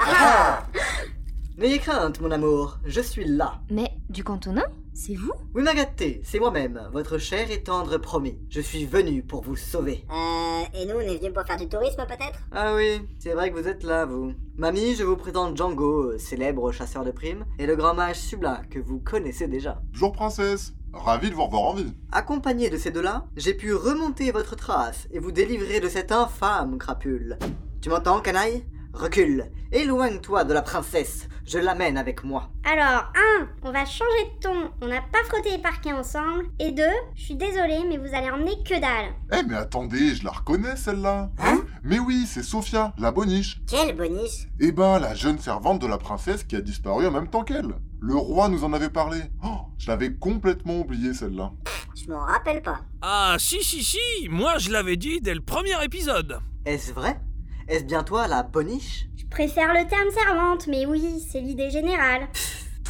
Ah N'ayez crainte, mon amour, je suis là. Mais du cantonin C'est vous Oui, ma gâtée, c'est moi-même, votre cher et tendre promis. Je suis venu pour vous sauver. Euh, et nous, on est venus pour faire du tourisme peut-être Ah oui, c'est vrai que vous êtes là, vous. Mamie, je vous présente Django, euh, célèbre chasseur de primes, et le grand mage Subla, que vous connaissez déjà. Bonjour princesse, ravi de vous revoir en vie. Accompagné de ces deux-là, j'ai pu remonter votre trace et vous délivrer de cette infâme crapule. Tu m'entends, canaille Recule, éloigne-toi de la princesse, je l'amène avec moi. Alors, 1. On va changer de ton. On n'a pas frotté les parquets ensemble. Et 2. Je suis désolée, mais vous allez emmener que dalle. Eh mais attendez, je la reconnais celle-là. Hein Mais oui, c'est Sophia, la boniche. Quelle boniche Eh ben, la jeune servante de la princesse qui a disparu en même temps qu'elle. Le roi nous en avait parlé. Oh, je l'avais complètement oublié celle-là. Je m'en rappelle pas. Ah, si, si, si, moi je l'avais dit dès le premier épisode. Est-ce vrai Est-ce bien toi, la boniche Je préfère le terme servante, mais oui, c'est l'idée générale.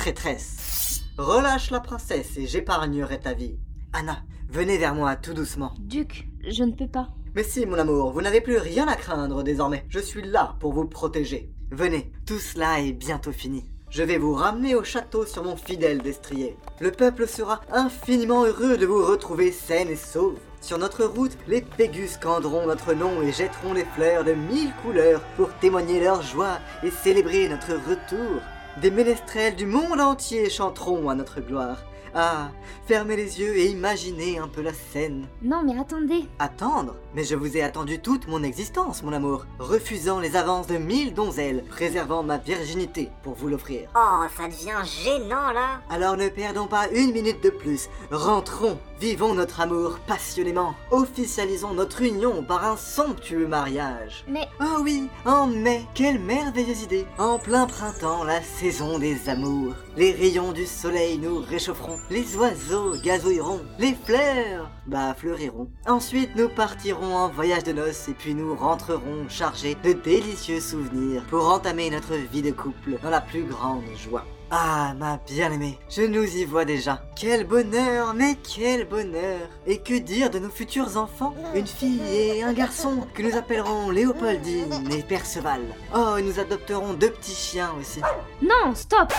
Traîtresse. Relâche la princesse et j'épargnerai ta vie. Anna, venez vers moi tout doucement. Duc, je ne peux pas. Mais si, mon amour, vous n'avez plus rien à craindre désormais. Je suis là pour vous protéger. Venez, tout cela est bientôt fini. Je vais vous ramener au château sur mon fidèle destrier. Le peuple sera infiniment heureux de vous retrouver saine et sauve. Sur notre route, les Pégus scanderont notre nom et jetteront des fleurs de mille couleurs pour témoigner leur joie et célébrer notre retour. Des ménestrels du monde entier chanteront à notre gloire. Ah, fermez les yeux et imaginez un peu la scène. Non, mais attendez. Attendre Mais je vous ai attendu toute mon existence, mon amour, refusant les avances de mille donzelles, préservant ma virginité pour vous l'offrir. Oh, ça devient gênant là Alors ne perdons pas une minute de plus, rentrons, vivons notre amour passionnément, officialisons notre union par un somptueux mariage. Mais Ah oui, en mai, quelle merveilleuse idée En plein printemps, la saison des amours. Les rayons du soleil nous réchaufferont, les oiseaux gazouilleront, les fleurs, bah, fleuriront. Ensuite, nous partirons en voyage de noces et puis nous rentrerons chargés de délicieux souvenirs pour entamer notre vie de couple dans la plus grande joie. Ah, ma bien-aimée, je nous y vois déjà. Quel bonheur, mais quel bonheur Et que dire de nos futurs enfants Une fille et un garçon que nous appellerons Léopoldine et Perceval. Oh, et nous adopterons deux petits chiens aussi. non, stop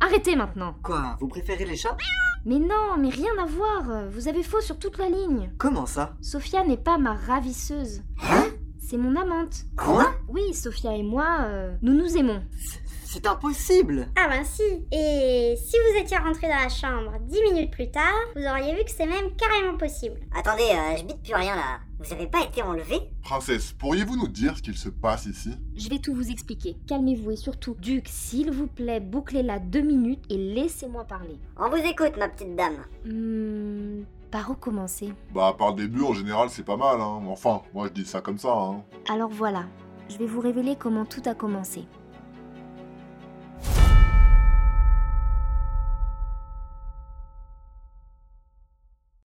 Arrêtez maintenant. Quoi, vous préférez les chats Mais non, mais rien à voir. Vous avez faux sur toute la ligne. Comment ça Sophia n'est pas ma ravisseuse. Hein C'est mon amante. Quoi Oui, Sophia et moi, euh, nous nous aimons. C'est impossible Ah ben si Et si vous étiez rentré dans la chambre 10 minutes plus tard, vous auriez vu que c'est même carrément possible. Attendez, euh, je bite plus rien là. Vous avez pas été enlevé Princesse, pourriez-vous nous dire ce qu'il se passe ici Je vais tout vous expliquer. Calmez-vous et surtout, Duc, s'il vous plaît, bouclez-la deux minutes et laissez-moi parler. On vous écoute, ma petite dame. Hmm, par où commencer Bah, par le début, en général, c'est pas mal, hein. Enfin, moi, je dis ça comme ça, hein. Alors voilà, je vais vous révéler comment tout a commencé.